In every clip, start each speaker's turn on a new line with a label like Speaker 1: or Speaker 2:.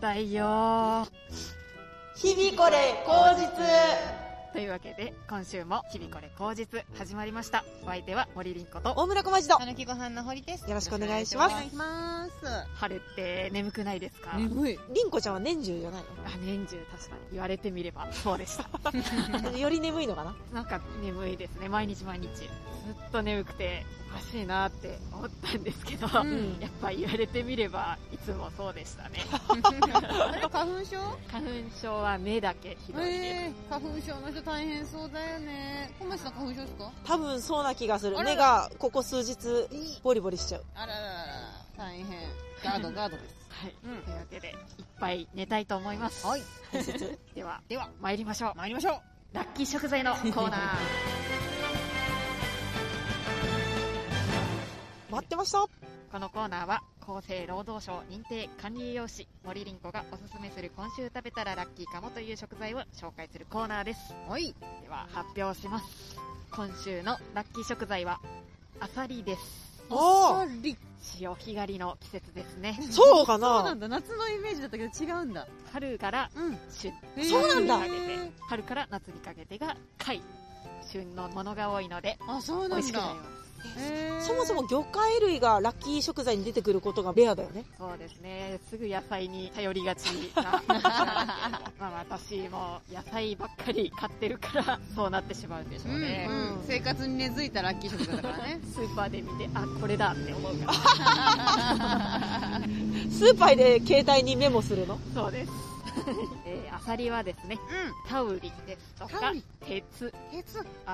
Speaker 1: さいよ
Speaker 2: 日々これ口実
Speaker 1: というわけで今週も「日々これ口実」始まりましたお相手は森凛子と
Speaker 2: 大村小町と
Speaker 3: たぬきご飯の堀です。
Speaker 2: よろしくお願いしま
Speaker 3: お
Speaker 2: す
Speaker 3: 願いします。
Speaker 1: 晴れって眠くないですか、
Speaker 3: 眠い。
Speaker 2: りんこちゃんは年中じゃない
Speaker 1: あ年中確かに言われてみればそうでした
Speaker 2: のより眠いのかな
Speaker 1: なんか眠いですね毎日毎日ずっと眠くておかしいなって思ったんですけど、
Speaker 3: うん
Speaker 1: やっぱ言われてみればいつもそうで したね
Speaker 3: あれ花粉症
Speaker 1: 花粉症は目だけひどいです、
Speaker 3: えー、花粉症の人大変そうだよね。小町さん花粉症ですか
Speaker 2: 多分そうな気がする
Speaker 3: あらら
Speaker 2: 目がここ数日ボリボリしちゃう
Speaker 3: あらららら、大変。ガード、ガードです。
Speaker 1: はい、
Speaker 3: うん
Speaker 1: というわけでいっぱい寝たいと思います、
Speaker 3: はい。
Speaker 1: では
Speaker 3: では、
Speaker 1: 参りましょう
Speaker 3: 参りましょう。
Speaker 1: ラッキー食材のコーナー
Speaker 2: 待ってました
Speaker 1: このコーナーは厚生労働省認定管理栄養士森凛子がおすすめする今週食べたらラッキーかもという食材を紹介するコーナーです
Speaker 3: はい。
Speaker 1: では発表します今週のラッキー食材はアサリです
Speaker 2: お
Speaker 3: あさり。
Speaker 1: 潮干狩りの季節ですね
Speaker 2: そうか
Speaker 3: そうな
Speaker 2: なん
Speaker 3: だ、夏のイメージだったけど違うんだ。
Speaker 1: 春から
Speaker 3: うん。
Speaker 1: 旬
Speaker 2: そうなんだ
Speaker 1: にかけて春から夏にかけてが貝旬のものが多いので
Speaker 3: あ、そう
Speaker 1: 美
Speaker 3: な
Speaker 1: 味し
Speaker 3: ん
Speaker 1: くなり
Speaker 3: だ
Speaker 1: ま。す
Speaker 3: へー
Speaker 2: そもそも魚介類がラッキー食材に出てくることがレアだよね
Speaker 1: そうですねすぐ野菜に頼りがちな まあ私も野菜ばっかり買ってるからそうなってしまうんでしょ
Speaker 3: うん、
Speaker 1: うね、。
Speaker 3: うん。生活に根付いたラッキー食材だからね
Speaker 1: スーパーで見てあこれだって思うから
Speaker 2: スーパーで携帯にメモするの
Speaker 1: そうですえーアサリはですねタウリンですと
Speaker 3: タ
Speaker 1: か
Speaker 3: ウリン
Speaker 1: 鉄
Speaker 3: うん。鉄。
Speaker 1: 亜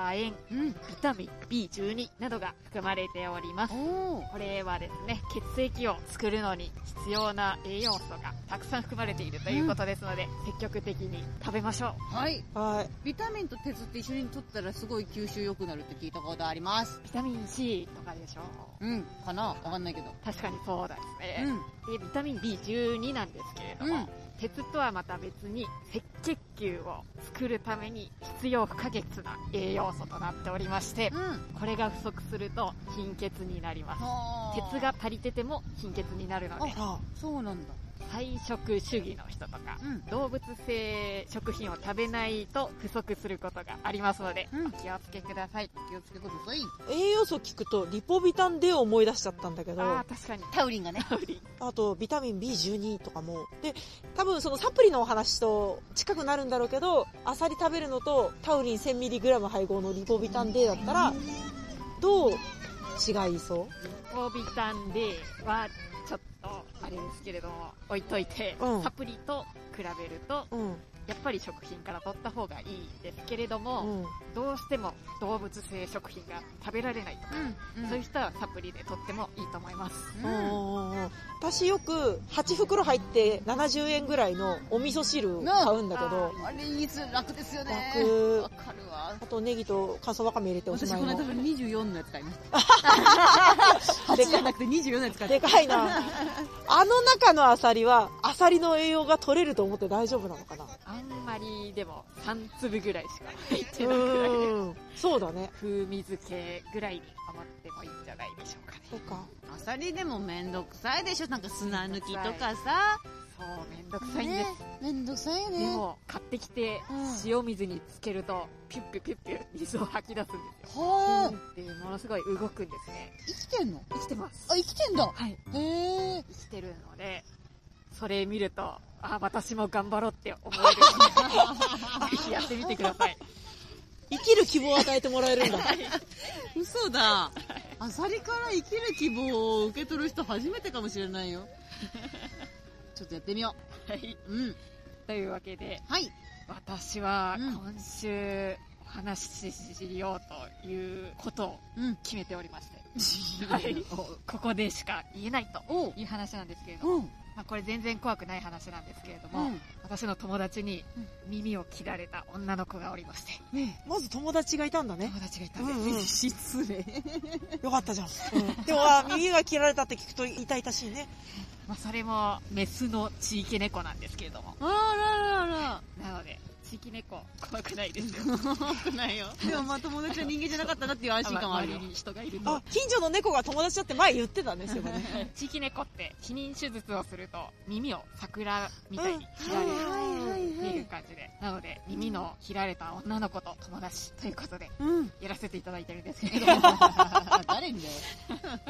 Speaker 1: 鉛
Speaker 3: うん。
Speaker 1: ビタミン B12 などが含まれております
Speaker 3: おー。
Speaker 1: これはですね血液を作るのに必要な栄養素がたくさん含まれているということですので、積極的に食べましょう
Speaker 3: はい。
Speaker 2: はい
Speaker 3: ビタミンと鉄って一緒に取ったらすごい吸収良くなるって聞いたことあります。
Speaker 1: ビタミン C とかでしょ
Speaker 3: うん。かなわかんないけど。
Speaker 1: 確かにそうだです
Speaker 3: う
Speaker 1: ね、
Speaker 3: ん。
Speaker 1: でビタミン B12 なんですけれども、
Speaker 3: うん
Speaker 1: 鉄とはまた別に赤血球を作るために必要不可欠な栄養素となっておりまして
Speaker 3: うん。
Speaker 1: これが不足すると貧血になります鉄が。足りてても貧血になるので
Speaker 2: あ
Speaker 3: そうなんだ。
Speaker 1: 菜食主義の人とか
Speaker 3: うん。
Speaker 1: 動物性食品を食べないと不足することがありますので、
Speaker 3: うん
Speaker 1: お気をつけください
Speaker 3: 気をつけください。
Speaker 2: 栄養素聞くとリポビタン D を思い出しちゃったんだけど
Speaker 1: ああ確かに
Speaker 3: タウリンがね。
Speaker 1: タウリン
Speaker 2: あとビタミン B12 とかもで多分そのサプリのお話と近くなるんだろうけどアサリ食べるのとタウリン 1000mg 配合のリポビタン D だったらどう違いそ
Speaker 1: オビタン D はちょっとあれですけれども置いといて、
Speaker 2: うん
Speaker 1: サプリと比べると
Speaker 2: ううん
Speaker 1: やっぱり食品から取った方がいいですけれど
Speaker 2: う
Speaker 1: も、
Speaker 2: ん
Speaker 1: どうしても動物性食品が食べられないとか、
Speaker 3: うん
Speaker 1: そういう人はサプリで取ってもいいと思います、
Speaker 2: うんうんうん私よく8袋入って70円ぐらいのお味噌汁を買うんだけど
Speaker 3: あれ、いいつ楽ですよね。
Speaker 2: 楽
Speaker 3: わかるわ
Speaker 2: あ。とネギと乾燥わかめ入れておし
Speaker 3: 私、
Speaker 2: まい
Speaker 3: この間
Speaker 2: の
Speaker 3: 多分24のやつ買いまし
Speaker 2: で
Speaker 3: た。8じゃなくて24のやつ買っ
Speaker 2: で
Speaker 3: た。
Speaker 2: かいなあの中のアサリはアサリの栄養が取れると思って大丈夫なのかな
Speaker 1: あんまりでも3粒ぐらいしか入ってなくない
Speaker 2: うんそうだね
Speaker 1: 風味付けぐらいに余ってもいいんじゃないでしょうかね
Speaker 2: そうか
Speaker 3: アサリでもめんどくさいでしょ。なんか砂抜きとかさ。
Speaker 1: そうめんどくさいんです、
Speaker 3: めんどくさいよ
Speaker 1: で。も買ってきて
Speaker 3: うん
Speaker 1: 塩水につけるとピュッピュッピュッピュッ水を吐き出すんですよ
Speaker 3: はあ、
Speaker 1: でものすごい動くんですね
Speaker 3: 生きてんの
Speaker 1: 生きてます
Speaker 3: あ、生きてんだ。
Speaker 1: はい
Speaker 3: へえ。
Speaker 1: 生きてるのでそれ見るとあ私も頑張ろうって思えるぜひやってみてください
Speaker 2: 生きる希望を与えてもらえるんだ
Speaker 3: 嘘だ。アサリから生きる希望を受け取る人初めてかもしれな いよ。ちょっとやってみよ
Speaker 1: はい、
Speaker 3: う。うん。
Speaker 1: というわけで
Speaker 3: はい。
Speaker 1: 私は
Speaker 3: うん
Speaker 1: 今週お話ししようということを
Speaker 3: うん。
Speaker 1: 決めておりましてはい、ここでしか言えない
Speaker 3: おう
Speaker 1: という話なんですけれども、
Speaker 3: うん。
Speaker 1: まあ、これ全然怖くない話なんですけれども、
Speaker 3: うん
Speaker 1: 私の友達に
Speaker 3: うん
Speaker 1: 耳を切られた女の子がおりまして
Speaker 3: ね
Speaker 2: まず友達がいたんだね
Speaker 1: 友達がいた
Speaker 2: うん
Speaker 1: です、
Speaker 2: んうんよ
Speaker 3: 失礼。
Speaker 2: かったじゃん、でもあ耳が切られたって聞くと痛々しいね
Speaker 1: まあ、それもメスの地域猫なんですけれども
Speaker 3: あらららら。
Speaker 1: なので識猫怖くないですか
Speaker 3: 怖くない よ。でもまあ友達は人間じゃなかったなっていう安心感はあるよ
Speaker 1: 周り。に人がいると
Speaker 2: あ近所の猫が友達だって前言ってたんですよね
Speaker 1: 地域猫って避妊手術をすると耳を桜みたいに切られるっていう感じでなので耳の切られた女の子と友達ということで
Speaker 3: うん。
Speaker 1: やらせていただいてるんですけれども
Speaker 3: 誰にだよ。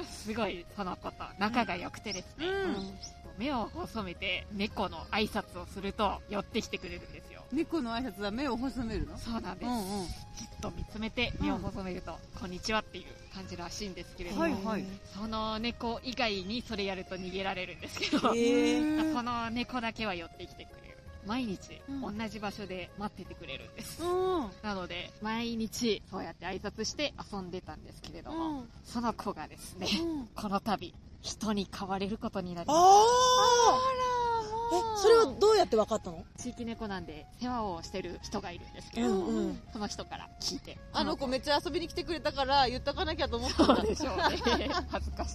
Speaker 1: すごいそのこと仲が良くてですね、
Speaker 3: うん
Speaker 1: 目を細めて猫の挨拶をすると寄ってきてくれるんですよ
Speaker 3: 猫の挨拶は目を細めるの
Speaker 1: そうなんです、
Speaker 3: うんうん。
Speaker 1: じっと見つめて目を細めると、こんにちはっていう感じらしいんですけれども、
Speaker 3: はいはい
Speaker 1: その猫以外にそれやると逃げられるんですけど、
Speaker 2: えー
Speaker 3: うん
Speaker 1: その猫だけは寄ってきてくれる毎日
Speaker 3: うん
Speaker 1: 同じ場所で待っててくれるんです、
Speaker 3: うん。
Speaker 1: なので毎日そうやって挨拶して遊んでたんですけれども、
Speaker 3: うん
Speaker 1: その子がですねこの度人に飼われることになりまし
Speaker 2: あ
Speaker 3: あ
Speaker 2: あえそれはどうやって分かったの
Speaker 1: た地域猫なんで世話をしてる人がいるんですけ
Speaker 2: う
Speaker 1: ど、
Speaker 2: んうん
Speaker 1: その人から聞いて
Speaker 3: あの子めっちゃ遊びに来てくれたから言っとかなきゃと思ったん
Speaker 1: そ
Speaker 3: だ
Speaker 1: うでしょう ね恥ずかしい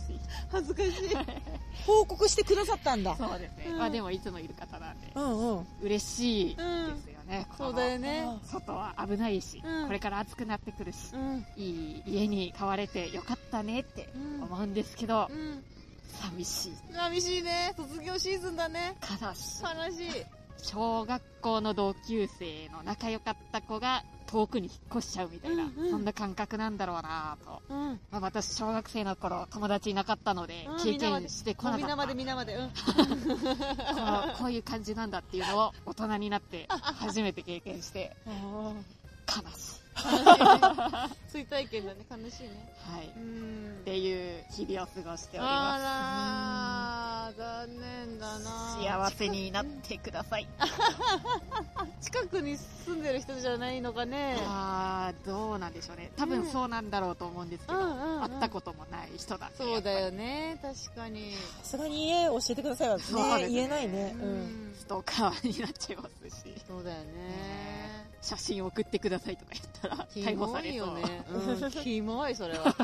Speaker 3: 恥ずかしい
Speaker 2: 報告してくださったんだ
Speaker 1: そうですね、
Speaker 3: うん
Speaker 1: まあでもいつもいる方なんで
Speaker 2: うんうん
Speaker 1: 嬉しいですよね、こ
Speaker 3: そ
Speaker 1: の
Speaker 3: うだよね
Speaker 1: 外は危ないし、
Speaker 3: うん
Speaker 1: これから暑くなってくるし
Speaker 3: う、ん
Speaker 1: いい家に買われてよかったねって思うんですけど、
Speaker 3: うん
Speaker 1: 寂しい
Speaker 3: 寂しいね卒業シーズンだね
Speaker 1: 悲しい
Speaker 3: 悲しい
Speaker 1: 小学校の同級生の仲良かった子が遠くに引っ越しちゃうみたいな、
Speaker 3: うんうん
Speaker 1: そんな感覚なんだろうなぁと、
Speaker 3: うん
Speaker 1: まあ、私小学生の頃友達いなかったので、
Speaker 3: うん
Speaker 1: 経験してこなか
Speaker 3: みんな
Speaker 1: っ
Speaker 3: ま
Speaker 1: た
Speaker 3: でみんなまでうん
Speaker 1: こうこういう感じなんだっていうのを大人になって初めて経験して悲しい
Speaker 3: 追体験だね悲しいね
Speaker 1: はい、
Speaker 3: う
Speaker 1: っ
Speaker 3: ん
Speaker 1: ていう日々を過ごしております
Speaker 3: あらー残念だな
Speaker 1: 幸せになってください
Speaker 3: 近くに住んでる人じゃないのかね
Speaker 1: あーどうなんでしょうね多分そうなんだろうと思うんですけど、会ったこともない人だって
Speaker 3: そうだよね確かに
Speaker 2: さすがに家教えてくださいは、
Speaker 1: そうです
Speaker 2: ね
Speaker 1: ね
Speaker 2: 言えないね、う、
Speaker 3: うんん
Speaker 1: ストーカーになっちゃいますし
Speaker 3: そうだよね
Speaker 1: 写真送ってくださいとか言ったら
Speaker 3: キ
Speaker 1: 逮捕
Speaker 3: モ
Speaker 1: され
Speaker 3: い
Speaker 1: そう
Speaker 3: よね。うん、キモい、それは。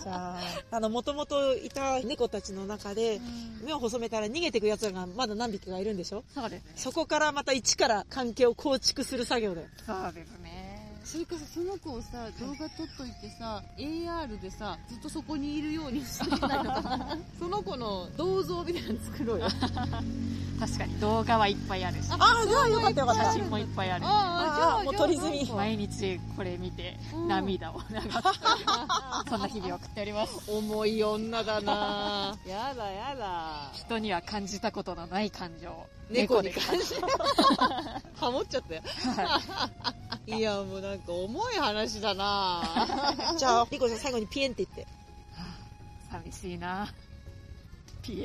Speaker 2: じゃああのもともといた猫たちの中で目を細めたら逃げてくやつらがまだ何匹かいるんでしょ
Speaker 1: そうですね
Speaker 2: そこからまた一から関係を構築する作業だよ
Speaker 1: そうですね
Speaker 3: それこそその子をさ、動画撮っといてさ、AR でさ、ずっとそこにいるようにしてないのかな。その子の銅像みたいなの作ろうよ。
Speaker 1: 確かに動画はいっぱいあるし
Speaker 2: ああじゃあよかったよかっ
Speaker 1: 写
Speaker 2: た
Speaker 1: 真もいっぱいある
Speaker 3: ああ、じゃあ、
Speaker 2: もう取り済み
Speaker 3: じゃあ
Speaker 1: 毎日これ見て
Speaker 3: うん
Speaker 1: 涙を流 す、そんな日々を送っております
Speaker 3: 重い女だなやだやだ。
Speaker 1: 人には感じたことのない感情を
Speaker 3: 猫に
Speaker 1: で
Speaker 3: 感じ。ハモっちゃったよ。 いや、もうなんか重い話だな
Speaker 2: じゃあリコちゃん最後にピエンって言って
Speaker 1: 寂しいなピエン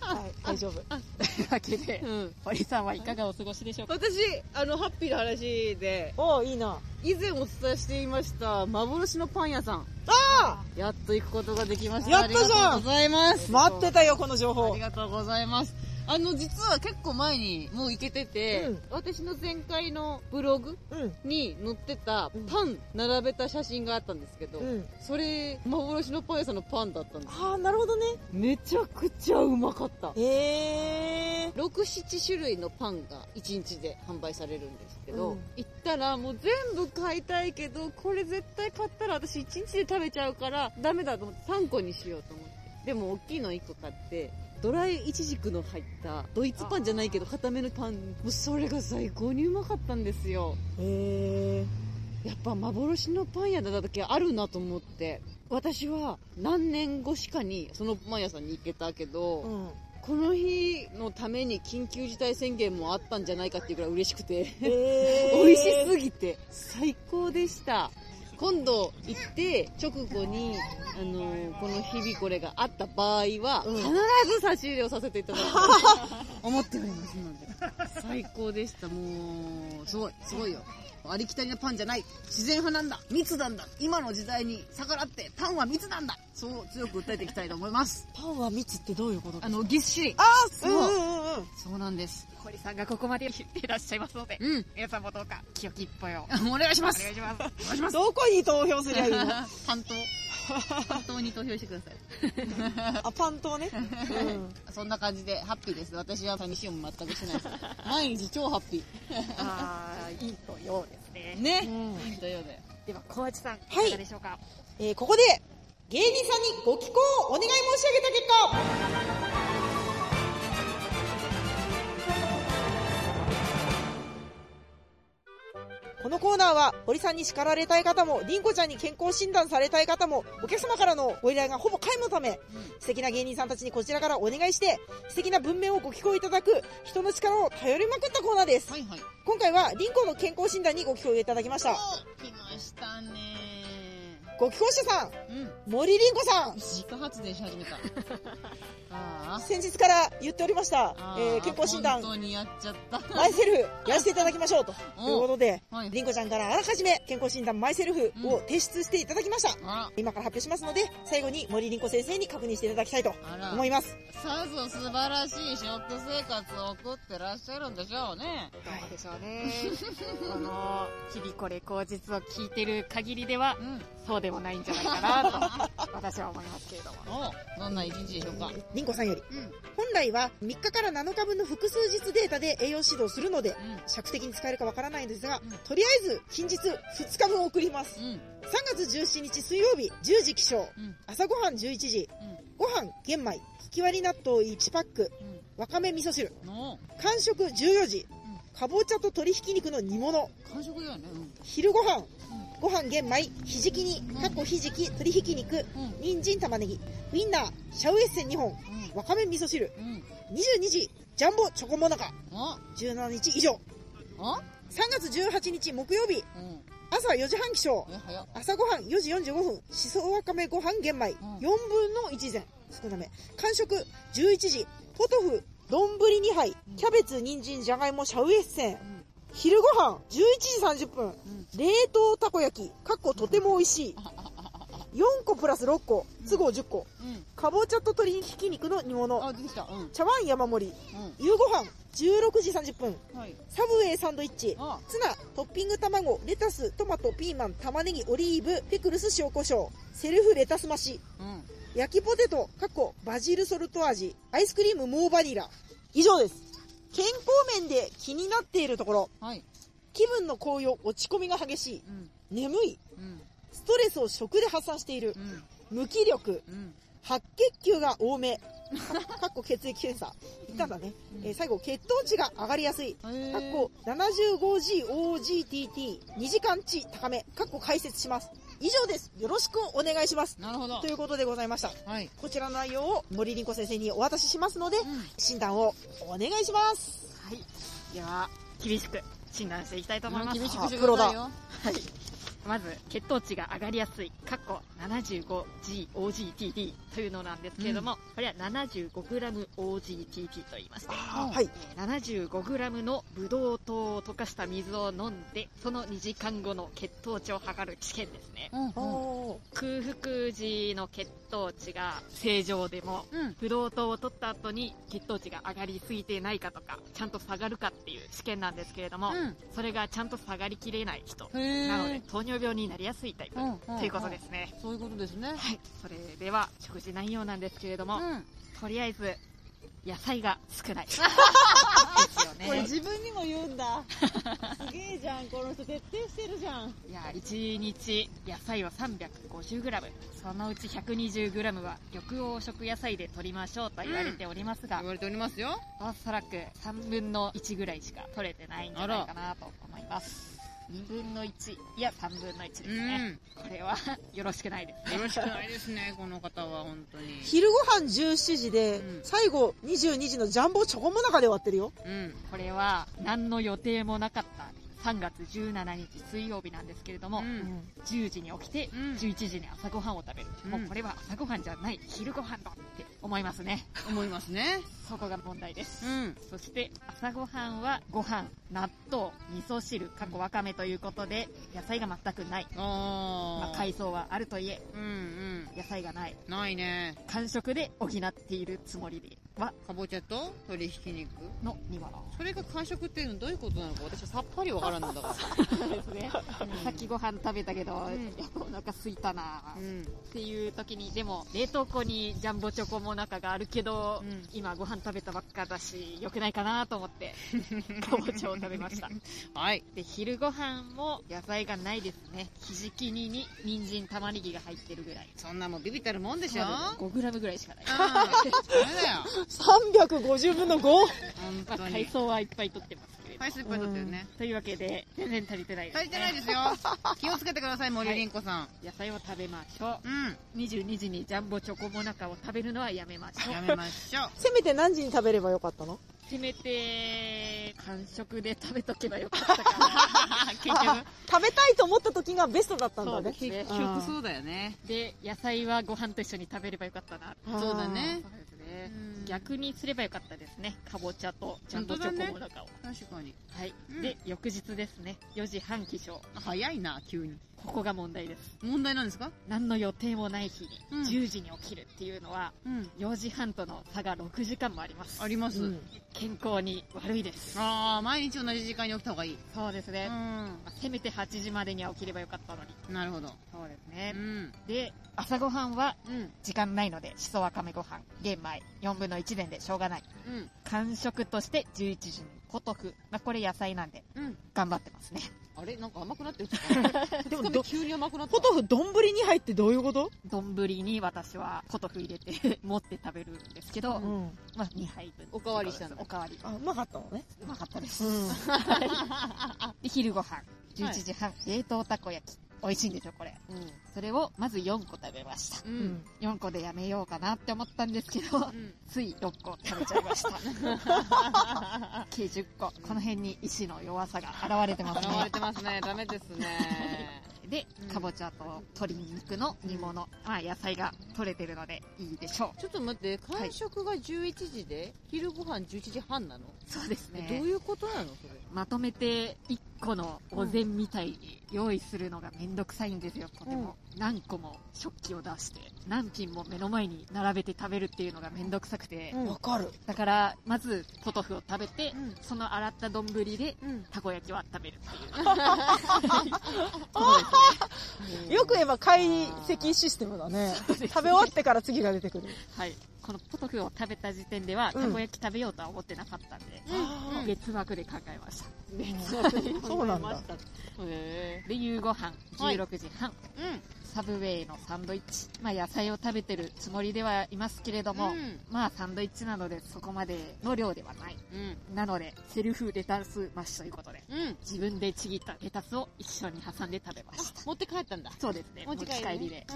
Speaker 2: はい大丈夫
Speaker 1: というわけで
Speaker 3: うん。
Speaker 1: 堀さんはいかがお過ごしでしょうか
Speaker 3: 私、あの、ハッピーな話で、
Speaker 2: おおいいな
Speaker 3: 以前お伝えしていました幻のパン屋さん
Speaker 2: あ
Speaker 3: やっと行くことができました
Speaker 2: やったじゃん
Speaker 3: ありがとうございます
Speaker 2: あ待ってたよこの情
Speaker 3: あ
Speaker 2: 報
Speaker 3: りがとうございますあの実は結構前にもう行けてて、
Speaker 2: うん
Speaker 3: 私の前回のブログ
Speaker 2: うん
Speaker 3: に載ってたパン並べた写真があったんですけど、
Speaker 2: うん
Speaker 3: それ幻のパン屋さんのパンだったんです
Speaker 2: ああなるほどね
Speaker 3: めちゃくちゃうまかった
Speaker 2: ええ
Speaker 3: 67種類のパンが1日で販売されるんですけど、
Speaker 2: うん
Speaker 3: 行ったらもう全部買いたいけどこれ絶対買ったら私1日で食べちゃうからダメだと思って3個にしようと思ってでも大きいの1個買ってドライイチジクの入ったドイツパンじゃないけど固めのパンもうそれが最高にうまかったんですよ
Speaker 2: え
Speaker 3: やっぱ幻のパン屋だった時あるなと思って私は何年越しかにそのパン屋さんに行けたけど、
Speaker 2: うん
Speaker 3: この日のために緊急事態宣言もあったんじゃないかっていうぐらい嬉しくて、
Speaker 2: えー
Speaker 3: 美味しすぎて最高でした。今度行って直後に、あのーこの日々これがあった場合は、
Speaker 2: うん
Speaker 3: 必ず差し入れをさせていただきたいと 思っておりますので。最高でした、もう、すごい、すごいよ。ありきたりなパンじゃない自然派なんだ密なんだ今の時代に逆らってパンは密なんだそう強く訴えていきたいと思います。
Speaker 2: パンは蜜ってどういうこと
Speaker 3: あ
Speaker 2: か
Speaker 3: の、ぎっしり。
Speaker 2: あそ
Speaker 3: そ
Speaker 2: ううんうんうん
Speaker 3: そうなんです。
Speaker 1: 堀さんがここまで言っていらっしゃいますので
Speaker 3: うん。
Speaker 1: 皆さんもどうか清き一歩をお
Speaker 3: お願いします。
Speaker 1: 願いします
Speaker 3: お願いしま
Speaker 2: どこに投票すりゃいいの
Speaker 3: 担当。
Speaker 4: 本当に投票してください。
Speaker 2: あパン島ね、うん、
Speaker 4: そんな感じで、ハッピーです。私は寂しいも全くしないです。毎日超ハッピ
Speaker 1: あー、いいとようですね。
Speaker 4: ー。ね。
Speaker 2: うん
Speaker 4: いいとよで。
Speaker 1: では、小内さん、い
Speaker 2: はい
Speaker 1: かがでしょうか。
Speaker 2: えーここで芸人さんにご寄稿をお願い申し上げた結果このコーナーは堀さんに叱られたい方も凛子ちゃんに健康診断されたい方もお客様からのご依頼がほぼ皆無のため素敵な芸人さんたちにこちらからお願いして素敵な文面をご寄稿いただく人の力を頼りまくったコーナーです
Speaker 4: はいはい。
Speaker 2: 今回は凛子の健康診断にご寄稿いただきました
Speaker 4: お来ましたね
Speaker 2: ご寄稿者さん
Speaker 4: うん。
Speaker 2: 森凛子さん
Speaker 4: 自家発電し始め た。あー
Speaker 2: 先日から言っておりました
Speaker 4: あ、ー。
Speaker 2: えー健康診断
Speaker 4: 本当にやっちゃ った。
Speaker 2: マイセルフやらせていただきましょうと
Speaker 4: お
Speaker 2: いうことで、
Speaker 4: はい。
Speaker 2: りんこちゃんからあらかじめ健康診断マイセルフを
Speaker 4: う
Speaker 2: 提出していただきました。
Speaker 4: あ
Speaker 2: 今から発表しますので、最後に森りんこ先生に確認していただきたいと
Speaker 4: ら、あら
Speaker 2: 思。います。
Speaker 4: さぞ素晴らしい食生活を送ってらっしゃるんでしょうね。
Speaker 1: どうでしょうね。この、日々これ口実を聞いてる限りでは、
Speaker 4: うん。
Speaker 1: そうでもないんじゃないかなと、私は思いますけれども。
Speaker 4: おどんな一日でしょうか。
Speaker 2: りんこさんより、
Speaker 4: うん。うん。
Speaker 2: 本来は3日から7日分の複数日データで栄養指導するので、尺的に使えるかわからないのですが
Speaker 4: うん、
Speaker 2: とりあえず近日2日分送ります。
Speaker 4: うん。
Speaker 2: 3月17日水曜日10時起床、
Speaker 4: うん。
Speaker 2: 朝ごはん11時、
Speaker 4: う
Speaker 2: ご飯玄米、ひき割り納豆1パック、
Speaker 4: ん。
Speaker 2: わかめ味噌汁
Speaker 4: うん。の、
Speaker 2: 完食14時、かぼちゃと鶏ひき肉の煮物
Speaker 4: 完食だよね。うん。
Speaker 2: 昼ご飯ご飯玄米ひじき煮かっこひじき鶏ひき
Speaker 4: う
Speaker 2: 肉
Speaker 4: ん。うん。
Speaker 2: 人参玉ねぎウインナーシャウエッセン2本わかめ味噌汁
Speaker 4: うん。
Speaker 2: 22時ジャンボチョコモナカ
Speaker 4: あ
Speaker 2: 17日以上
Speaker 4: あ
Speaker 2: 3月18日木曜日
Speaker 4: うん。
Speaker 2: 朝4時半起床
Speaker 4: え、早っ。
Speaker 2: 朝ごはん4時45分しそわかめご飯玄米4分の1膳少なめ完食11時ポトフ丼2杯
Speaker 4: うん
Speaker 2: キャベツ人参じゃがいもシャウエッセン
Speaker 4: うん。
Speaker 2: 昼ご飯11時30分
Speaker 4: うん。
Speaker 2: 冷凍たこ焼きかっことても美味しい4個プ ラス6個都合10個
Speaker 4: うん。
Speaker 2: かぼちゃと鶏ひき肉の煮物
Speaker 4: あ、出てきた。うん。
Speaker 2: 茶碗山盛り
Speaker 4: う
Speaker 2: 夕ご飯16時30分
Speaker 4: ん。はい。
Speaker 2: サブウェイサンドイッチ
Speaker 4: あ、
Speaker 2: ツナ、トッピング卵、レタス、トマト、ピーマン、玉ねぎ、オリーブ、ピクルス、塩コショウ、セルフレタス増し、
Speaker 4: うん。
Speaker 2: 焼きポテト、過去、バジルソルト味、アイスクリーム、モーバニラ。以上です。健康面で気になっているところ、
Speaker 4: はい。
Speaker 2: 気分の高揚、落ち込みが激しい、
Speaker 4: うん。
Speaker 2: 眠い、
Speaker 4: うん。
Speaker 2: ストレスを食で発散している
Speaker 4: う、ん。
Speaker 2: 無気力、
Speaker 4: うん。
Speaker 2: 白血球が多め、 かっこ血液検査、いったんだね。えー最後、血糖値が上がりやすい、
Speaker 4: えー
Speaker 2: かっこ 75GOGTT2 時間値高めかっこ解説します以上ですよろしくお願いします
Speaker 4: なるほど
Speaker 2: と。いうことでございました
Speaker 4: はい。
Speaker 2: こちらの内容を森凛子先生にお渡ししますので
Speaker 4: うん。
Speaker 2: 診断をお願いします
Speaker 1: はい。では、厳しく診断していきたいと思います。
Speaker 4: 厳しくして
Speaker 2: あプロ
Speaker 4: くださ
Speaker 2: だ
Speaker 4: いよ。
Speaker 1: まず、血糖値が上がりやすい、過去 75GOGTT というのなんですけれども、これは 75gOGTT と言いまして、
Speaker 2: あはい
Speaker 1: えー 75g のブドウ糖を溶かした水を飲んで、その2時間後の血糖値を測る試験ですね。
Speaker 4: うん。うん
Speaker 2: おー
Speaker 1: 空腹時の血糖値が正常でも、
Speaker 4: うん。
Speaker 1: ブドウ糖を取った後に血糖値が上がりすぎてないかとか、ちゃんと下がるかっていう試験なんですけれども、
Speaker 4: う
Speaker 1: それがちゃんと下がりきれない人
Speaker 4: ん。へー
Speaker 1: なので、糖尿病になりやすいタイプ、
Speaker 4: うん。。
Speaker 1: ということですすね。
Speaker 4: そういうことですね。
Speaker 1: はい。それでは、食事内容なんですけれど
Speaker 4: う
Speaker 1: も、
Speaker 4: ん。
Speaker 1: とりあえず、野菜が少 ない。ですよ
Speaker 2: これ
Speaker 1: ね。
Speaker 2: 自分にも言うんだすげえじゃんこの人徹底してるじゃん
Speaker 1: いや、1日野菜は 350g、そのうち 120g は緑黄色野菜で取りましょうと言われておりますが
Speaker 4: 言、われておりますよ。
Speaker 1: おそらく3分の1ぐらいしか取れてないんじゃないかなと思います。2分の1、いや3分の1です
Speaker 4: う
Speaker 1: ね。
Speaker 4: ん。
Speaker 1: これは よろしくないですね。
Speaker 4: よろしくないですね、この方は、本当に。
Speaker 2: 昼ご飯17時で
Speaker 4: うん
Speaker 2: 最後22時のジャンボチョコモナカで終わってるよ
Speaker 4: うん。
Speaker 1: これは何の予定もなかった3月17日水曜日なんですけれども、
Speaker 4: うん。
Speaker 1: 10時に起きて
Speaker 4: うん
Speaker 1: 11時に朝ごはんを食べる、
Speaker 4: うん
Speaker 1: もうこれは朝ごはんじゃない昼ごはんだって思いますね
Speaker 4: 思いますね。
Speaker 1: そこが問題です、
Speaker 4: うん。
Speaker 1: そして朝ごはんはご飯納豆味噌汁過去わかめということで野菜が全くない、ま
Speaker 4: あ
Speaker 1: あ、
Speaker 4: あ。
Speaker 1: 海藻はあるといえ
Speaker 4: うんうん。
Speaker 1: 野菜がない
Speaker 4: ないね。
Speaker 1: 完食で補っているつもりでは
Speaker 4: かぼちゃと鶏ひき肉
Speaker 1: の煮物
Speaker 4: それが完食っていうのどういうことなのか私はさっぱりわからんのだか
Speaker 1: ですね
Speaker 4: ら、うん
Speaker 1: さっきご飯食べたけど、
Speaker 4: うん
Speaker 1: やっぱお腹空いたな
Speaker 4: うん
Speaker 1: っていう時にでも冷凍庫にジャンボチョコモナカがあるけど、
Speaker 4: うん
Speaker 1: 今ご飯食べたばっかだし良くないかなと思って かぼちゃを食べました
Speaker 4: はい
Speaker 1: で昼ご飯も野菜がないですねひじき煮に人参玉ねぎが入ってるぐらい
Speaker 4: そんなもんビビったるもんでしょ
Speaker 1: 5グラムぐらいしかない
Speaker 4: うん、ダメだよ。
Speaker 2: 350分の 5!
Speaker 1: ま
Speaker 4: 本
Speaker 1: あ
Speaker 4: 当
Speaker 1: 海
Speaker 4: に。
Speaker 1: 藻はいっぱい取ってますけれど
Speaker 4: 回数いっぱい取ってるね。
Speaker 1: というわけで全然足りてないです、ね、
Speaker 4: 足りてないですよ。気をつけてください、森凛子さん。
Speaker 1: 野菜を食べましょ
Speaker 4: う
Speaker 1: う22時にジャンボチョコモナカを食べるのはやめましょ
Speaker 4: ん。
Speaker 1: う
Speaker 4: やめましょう。
Speaker 2: せめて何時に食べればよかったの
Speaker 1: せめて完食で食べとけばよかったかな
Speaker 4: 結
Speaker 2: あ食べたいと思った時がベストだったんだね
Speaker 1: そうですね
Speaker 4: 結局そうだよね。
Speaker 1: で野菜はご飯と一緒に食べればよかったな
Speaker 2: あー
Speaker 4: そうだね
Speaker 1: そうですね逆にすればよかったですねかぼちゃとジャンボ
Speaker 4: 本
Speaker 1: チ
Speaker 4: 当だね
Speaker 1: ョコモナカを、
Speaker 4: 確かに。
Speaker 1: はい、
Speaker 4: うん
Speaker 1: で翌日ですね4時半起床
Speaker 4: 早いな、急に。
Speaker 1: ここが問題です
Speaker 4: 問題なんですか
Speaker 1: 何の予定もない日に
Speaker 4: うん
Speaker 1: 10時に起きるっていうのは
Speaker 4: うん。
Speaker 1: 4時半との差が6時間もあります
Speaker 4: ありま
Speaker 2: う
Speaker 4: す
Speaker 2: ん。
Speaker 1: 健康に悪いです
Speaker 4: ああ、毎日同じ時間に起きた方がいい。
Speaker 1: そうです
Speaker 4: う
Speaker 1: ね、
Speaker 4: ん。
Speaker 1: まあせめて8時までには起きればよかったのに
Speaker 4: なるほど。
Speaker 1: そうです
Speaker 4: う
Speaker 1: ね、
Speaker 4: ん。
Speaker 1: で朝ごはんは
Speaker 4: うん。
Speaker 1: 時間ないのでしそわかめご飯玄米4分の1膳でしょうがない
Speaker 4: うん。
Speaker 1: 完食として11時にポトフ、まあ、これ野菜なんで
Speaker 4: うん。
Speaker 1: 頑張ってますね
Speaker 4: あれなんか甘くなってる。 でも、急に甘くなった
Speaker 2: ポ。トフ丼に入ってどういうこと、
Speaker 1: 丼に私はポトフ入れて 持って食べるんですけど、
Speaker 4: うん
Speaker 1: まあ、2杯分
Speaker 4: おかわりしたの
Speaker 1: おかわり
Speaker 2: あうまかったのね、
Speaker 1: うまかったです、
Speaker 2: うん、
Speaker 1: で昼ご飯11時半、冷凍たこ焼き美味しいんですよこれ
Speaker 4: う
Speaker 1: それをまず4個食べました
Speaker 4: ん。うん。
Speaker 1: 4個でやめようかなって思ったんですけ ど
Speaker 4: うん。
Speaker 1: つい6個食べちゃいました 計10個この辺に意志の弱さが現れてます
Speaker 4: 現れ
Speaker 1: ね
Speaker 4: てますね。ダメですね。
Speaker 1: で
Speaker 4: うん
Speaker 1: かぼちゃと鶏肉の煮物、まあ野菜が取れてるのでいいでしょ
Speaker 3: ちょっと待って、
Speaker 1: い
Speaker 3: 完食が11時で、昼ご飯11時半なの、
Speaker 1: うそうです
Speaker 3: えどういうことなのそれ。
Speaker 1: まとめて1個のお膳みたいに用意するのがめんどくさいんですよとても、何個も食器を出して何品も目の前に並べて食べるっていうのがめんどくさくて、
Speaker 2: わかる
Speaker 1: だからまずポトフを食べて、
Speaker 3: うん
Speaker 1: その洗った丼で
Speaker 3: うん。
Speaker 1: たこ焼きは食べるっていう
Speaker 2: よく言えば解析システムだね食べ終わってから次が出てくる
Speaker 1: はい、このポトフを食べた時点では、
Speaker 2: うん
Speaker 1: たこ焼き食べようとは思ってなかったんで、
Speaker 2: あ
Speaker 1: 別枠で考えました。
Speaker 2: ー そうなんだ
Speaker 3: へ
Speaker 1: で、夕ご飯
Speaker 3: はい
Speaker 1: 16時半、
Speaker 4: うん。
Speaker 1: サブウェイのサンドイッチ、まあ、野菜を食べてるつもりではいますけれども、
Speaker 4: うん。
Speaker 1: まあサンドイッチなのでそこまでの量ではない。
Speaker 4: うん。
Speaker 1: なので、セルフレタス増しということで、
Speaker 4: うん。
Speaker 1: 自分でちぎったレタスを一緒に挟んで食べました。
Speaker 4: 持って帰ったんだ。
Speaker 1: そうですね、持ち帰りで。。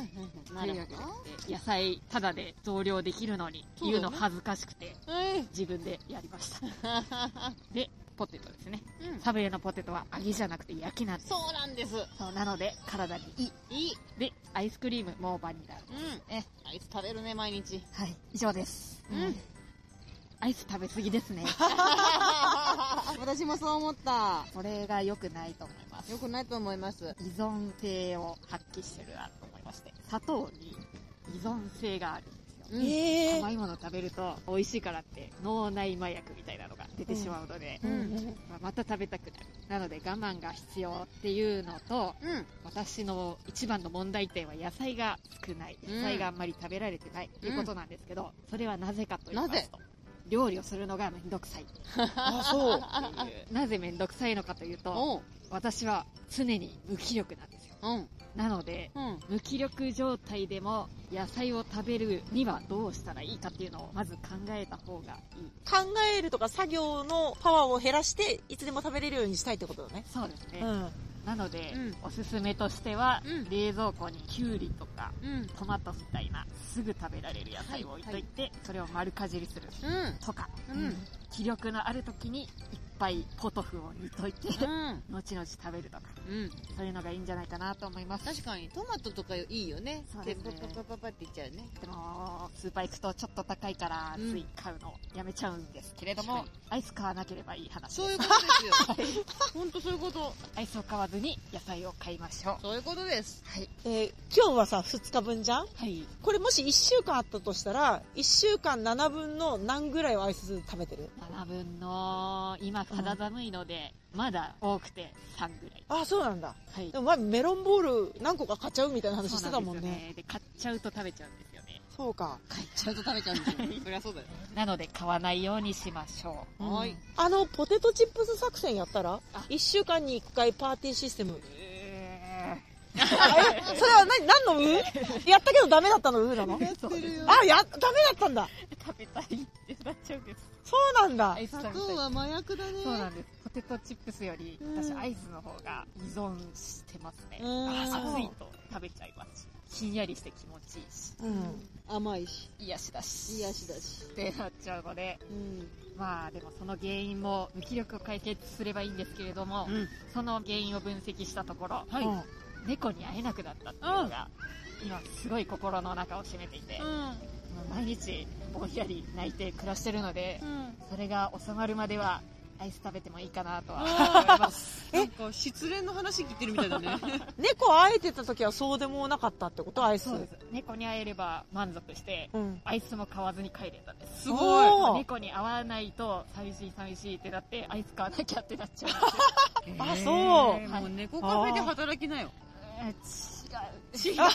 Speaker 4: なるほど。
Speaker 1: で野菜ただで増量できるのに
Speaker 4: そうだ
Speaker 1: 言う
Speaker 4: よね
Speaker 1: の恥ずかしくて
Speaker 4: うん。
Speaker 1: 自分でやりました。 で、ポテトですね。サブウェイのポテトは揚げじゃなくて焼きなんです。
Speaker 4: そうなんです。
Speaker 1: そうなので、体にいい。
Speaker 4: いい。
Speaker 1: で、アイスクリームもバニラ。
Speaker 4: うん。え、あいつ食べるね、毎日。
Speaker 1: はい、以上です。
Speaker 4: うん。
Speaker 1: アイス食べ過ぎです ね。
Speaker 3: 私もそう思った。
Speaker 1: それが良くないと思います。
Speaker 3: よくないと思います。
Speaker 1: 依存性を発揮してるなと思いまして。砂糖に依存性があるんですよ。
Speaker 4: うん
Speaker 2: ええ
Speaker 1: 甘いもの食べると美味しいからって脳内麻薬みたいなのが出てしまうので、
Speaker 2: うん
Speaker 1: まあまた食べたくなる。なので我慢が必要っていうのと、
Speaker 4: うん。
Speaker 1: 私の一番の問題点は野菜が少ない
Speaker 4: うん
Speaker 1: 野菜があんまり食べられてないということなんですけど、それはなぜかと言いま
Speaker 4: なぜ
Speaker 1: すと料理をするのがめんどくさい
Speaker 2: あそう
Speaker 1: なぜめんどくさいのかというと
Speaker 4: おう。
Speaker 1: 私は常に無気力なんですよ
Speaker 4: うん。
Speaker 1: なので
Speaker 4: うん。
Speaker 1: 無気力状態でも野菜を食べるにはどうしたらいいかっていうのをまず考えた方がいい
Speaker 2: 考えるとか作業のパワーを減らしていつでも食べれるようにしたいってことだね
Speaker 1: そうですね、
Speaker 2: うん
Speaker 1: なので、
Speaker 4: うん
Speaker 1: おすすめとしては、
Speaker 4: うん
Speaker 1: 冷蔵庫にきゅうりとか
Speaker 4: うん。
Speaker 1: トマトみたいなすぐ食べられる野菜を置いといて、それを丸かじりする
Speaker 4: うん。
Speaker 1: とか、
Speaker 4: うん。
Speaker 1: 気力のある時に一ぱいポトフを煮といて、
Speaker 3: うん。
Speaker 1: 後々食べるとか、
Speaker 3: うん。
Speaker 1: そういうのがいいんじゃないかなと思います。
Speaker 3: 確かに、トマトとかいいよね。
Speaker 1: そうですね
Speaker 3: でパパパパパっていっちゃうね。
Speaker 1: でも、スーパー行くとちょっと高いから、
Speaker 3: うん
Speaker 1: つい買うのやめちゃうんですけれど
Speaker 3: 確
Speaker 1: も
Speaker 3: か、
Speaker 1: アイス買わなければいい話
Speaker 3: そう
Speaker 1: で
Speaker 3: いう
Speaker 1: す。
Speaker 3: ことですよ。ほんとそういうこと。
Speaker 1: アイスを買わずに野菜を買いましょう。
Speaker 3: そういうことです。
Speaker 1: はい。
Speaker 2: えー今日はさ、2日分じゃん
Speaker 1: はい。
Speaker 2: これもし1週間あったとしたら、1週間7分の何ぐらいをアイス食べてる
Speaker 1: 7分の、今肌寒いので、まだ多くて3ぐらい。
Speaker 2: あ、そうなんだ。
Speaker 1: はい
Speaker 2: で。も前メロンボール何個か買っちゃうみたいな話してたもん
Speaker 1: そうな
Speaker 2: ね。
Speaker 1: ですよで、買っちゃうと食べちゃうんですよね。
Speaker 2: そうか。
Speaker 3: ちゃんと食べちゃうんですよ。そりゃそう だよ。
Speaker 1: なので買わないようにしましょう。
Speaker 3: はーい
Speaker 1: うん。
Speaker 2: あの、ポテトチップス作戦やったら
Speaker 1: あ
Speaker 2: ?1 週間に1回パーティーシステ ム。
Speaker 1: え
Speaker 2: それは何、何のうやったけどダメだったのうなの
Speaker 1: ー、そうです
Speaker 2: あ、や、ダメだったんだ。
Speaker 1: 食べたいってなっちゃうんです。
Speaker 2: そうなんだ
Speaker 1: ア。イス食べ
Speaker 3: 砂
Speaker 1: たい。
Speaker 3: 糖は麻薬だね。
Speaker 1: そうなんです。ポテトチップスより、
Speaker 2: うん
Speaker 1: 私、アイスの方が依存してますね。
Speaker 2: うん
Speaker 1: あ暑いと食べちゃいますし、ひんやりして気持ちいいし、
Speaker 2: うん。
Speaker 3: 甘いし、
Speaker 1: 癒しだし、
Speaker 3: 癒しだし。
Speaker 1: ってなっちゃうので、
Speaker 3: うん。
Speaker 1: まあでもその原因も無気力を解決すればいいんですけれども、
Speaker 2: うん
Speaker 1: その原因を分析したところ、
Speaker 2: う
Speaker 1: うん
Speaker 2: ん
Speaker 1: 猫に会えなくなったっていうのが、今すごい心の中を占めていて、もう毎日ぼんやり泣いて暮らしてるので、
Speaker 3: うん。
Speaker 1: それが収まるまではアイス食べてもいいかなとは思います。
Speaker 3: なんか失恋の話聞いてるみたいだ ね。
Speaker 2: 猫会えてた時はそうでもなかったってことアイス
Speaker 1: そう。です。猫に会えれば満足して、
Speaker 2: うん。
Speaker 1: アイスも買わずに帰れたんです。
Speaker 3: すごい。
Speaker 2: おー
Speaker 1: 猫に会わないと寂しい寂しいってなって、アイス買わなきゃってなっちゃう。
Speaker 2: あそう
Speaker 3: えーもう猫カフェで働きなよ。
Speaker 1: 違う。違う。何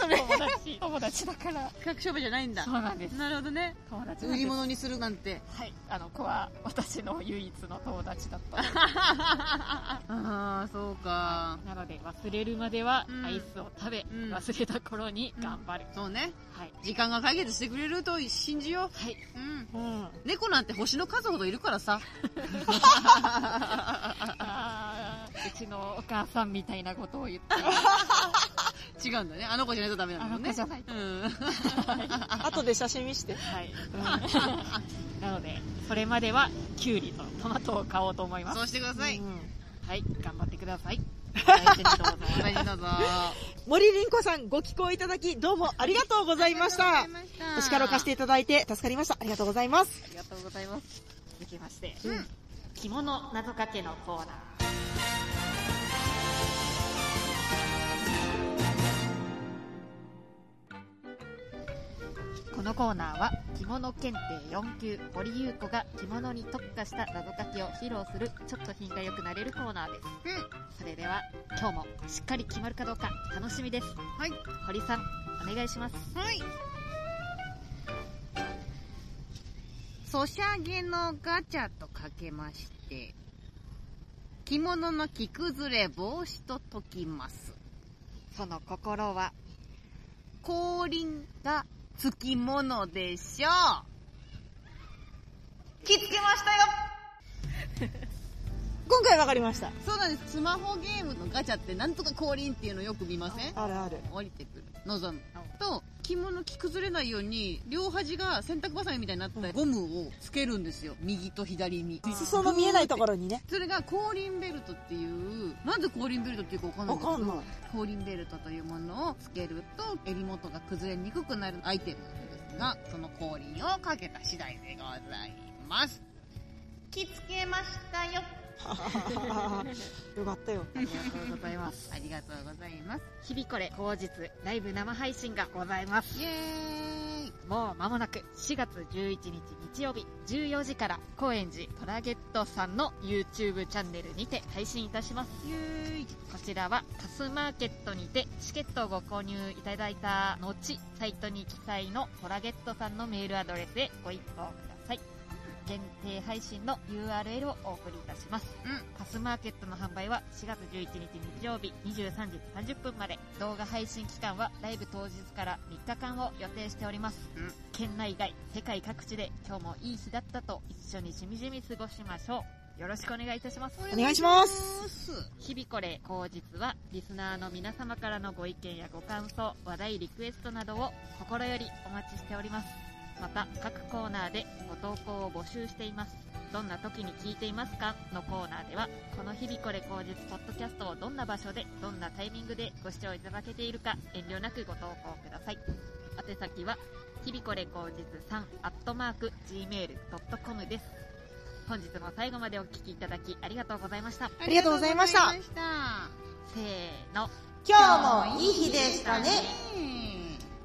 Speaker 1: それ友 達。友達だから。
Speaker 3: 企画書部じゃないんだ
Speaker 1: そう。なんです。
Speaker 3: なるほどね。
Speaker 1: 友達なん
Speaker 3: 売
Speaker 1: で
Speaker 3: り
Speaker 1: す。
Speaker 3: 物にするなんて。
Speaker 1: はい。あの子は私の唯一の友達だ ったので。
Speaker 3: ああ、そうか。
Speaker 1: なので忘れるまでは
Speaker 3: うん
Speaker 1: アイスを食べ、
Speaker 3: うん
Speaker 1: 忘れた頃に頑張る。
Speaker 3: そうね。
Speaker 1: はい。
Speaker 3: 時間が解決してくれると信じよ
Speaker 1: はい。
Speaker 3: う。うん。
Speaker 2: うん。
Speaker 3: 猫なんて星の数ほどいるからさ。
Speaker 1: あーうちのお母さんみたいなことを言って、
Speaker 3: 違うんだね。あの子じゃないとダメな
Speaker 1: あ
Speaker 3: んだ
Speaker 1: の
Speaker 3: もん
Speaker 1: 子
Speaker 3: ね
Speaker 1: じ。ゃないと。
Speaker 3: うん。
Speaker 2: 後で写真見して。
Speaker 1: はい。 なので、それまでは、キュウリとトマトを買おうと思いま
Speaker 3: そう
Speaker 1: す。
Speaker 3: してください。
Speaker 2: うん
Speaker 1: はい。頑張ってください。大事にどうぞ。
Speaker 3: お大事にどうぞ。
Speaker 2: 森凛子さん、ご寄稿いただき、どうもありがとうございました。お力を貸していただいて助かりました。ありがとうございます。
Speaker 1: ありがとうございます。続きまして、
Speaker 3: うん
Speaker 1: 着物謎かけのコーナー。このコーナーは着物検定4級堀優子が着物に特化した謎かけを披露するちょっと品が良くなれるコーナーです、それでは今日もしっかり決まるかどうか楽しみです
Speaker 3: はい。
Speaker 1: 堀さんお願いします
Speaker 4: はい。ソシャゲのガチャとかけまして、着物の着崩れ防止と解きます。
Speaker 1: その心は
Speaker 4: 降臨がつきものでしょう。気付けましたよ
Speaker 2: 今回わかりました。
Speaker 3: そうなんです。スマホゲームのガチャってなんとか降臨っていうのよく見ません
Speaker 2: あるある。
Speaker 3: 降りてくる。望む。と、着物着崩れないように、両端が洗濯バサミみたいになったゴムをつけるんですよ。右と左に。
Speaker 2: 裾の見えないところにね。
Speaker 3: それが降臨ベルトっていう、なんで降臨ベルトっていうかわかんな
Speaker 2: わ
Speaker 3: いんです
Speaker 2: か
Speaker 3: け
Speaker 2: んない
Speaker 3: ど、。降臨ベルトというものをつけると、襟元が崩れにくくなるアイテムなんですが、その降臨をかけた次第でございます。
Speaker 4: 気付けましたよ
Speaker 2: よかったよ。
Speaker 1: ありがとうございます
Speaker 3: ありがとうございます。
Speaker 1: 日々これ後日ライブ生配信がございます
Speaker 3: イエーイ
Speaker 1: もう間もなく4月11日日曜日14時から高円寺トラゲットさんの YouTube チャンネルにて配信いたします
Speaker 3: イエーイ
Speaker 1: こちらはカスマーケットにてチケットをご購入いただいた後サイトに記載のトラゲットさんのメールアドレスへご一報ください限定配信の URL をお送りいたします
Speaker 3: うん
Speaker 1: カスマーケットの販売は4月11日日曜日23時30分まで動画配信期間はライブ当日から3日間を予定しております、
Speaker 3: うん
Speaker 1: 県内外世界各地で今日もいい日だったと一緒にしみじみ過ごしましょうよろしくお願いいたします
Speaker 2: お願いします。
Speaker 3: うっす
Speaker 1: 日々これ口実はリスナーの皆様からのご意見やご感想話題リクエストなどを心よりお待ちしておりますまた各コーナーでご投稿を募集していますどんな時に聞いていますかのコーナーでは、この日々これ口実ポッドキャストをどんな場所で、どんなタイミングでご視聴いただけているか、遠慮なくご投稿ください。宛先は、日々これ口実3、アットマーク、gmail.com です。本日も最後までお聞きいただきありがとうございました。
Speaker 2: ありがとうございました
Speaker 4: ありがとうございました
Speaker 1: せーの、
Speaker 2: 今日もいい日でしたね。
Speaker 4: ね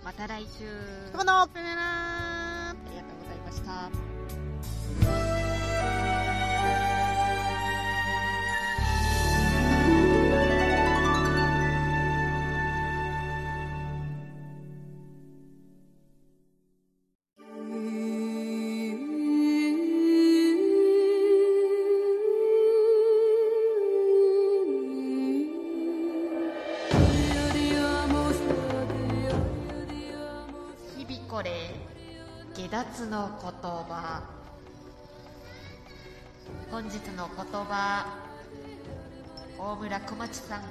Speaker 1: また来週。
Speaker 2: この
Speaker 4: さよなら
Speaker 1: ありがとうございました。日々これ下脱の言葉本日の言葉大村小町さんよ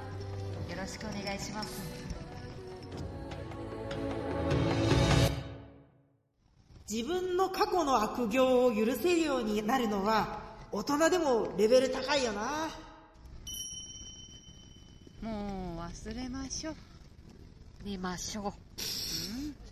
Speaker 1: ろしくお願いします
Speaker 2: 自分の過去の悪行を許せるようになるのは大人でもレベル高いよな
Speaker 4: もう忘れましょう。
Speaker 1: 見ましょう
Speaker 4: うん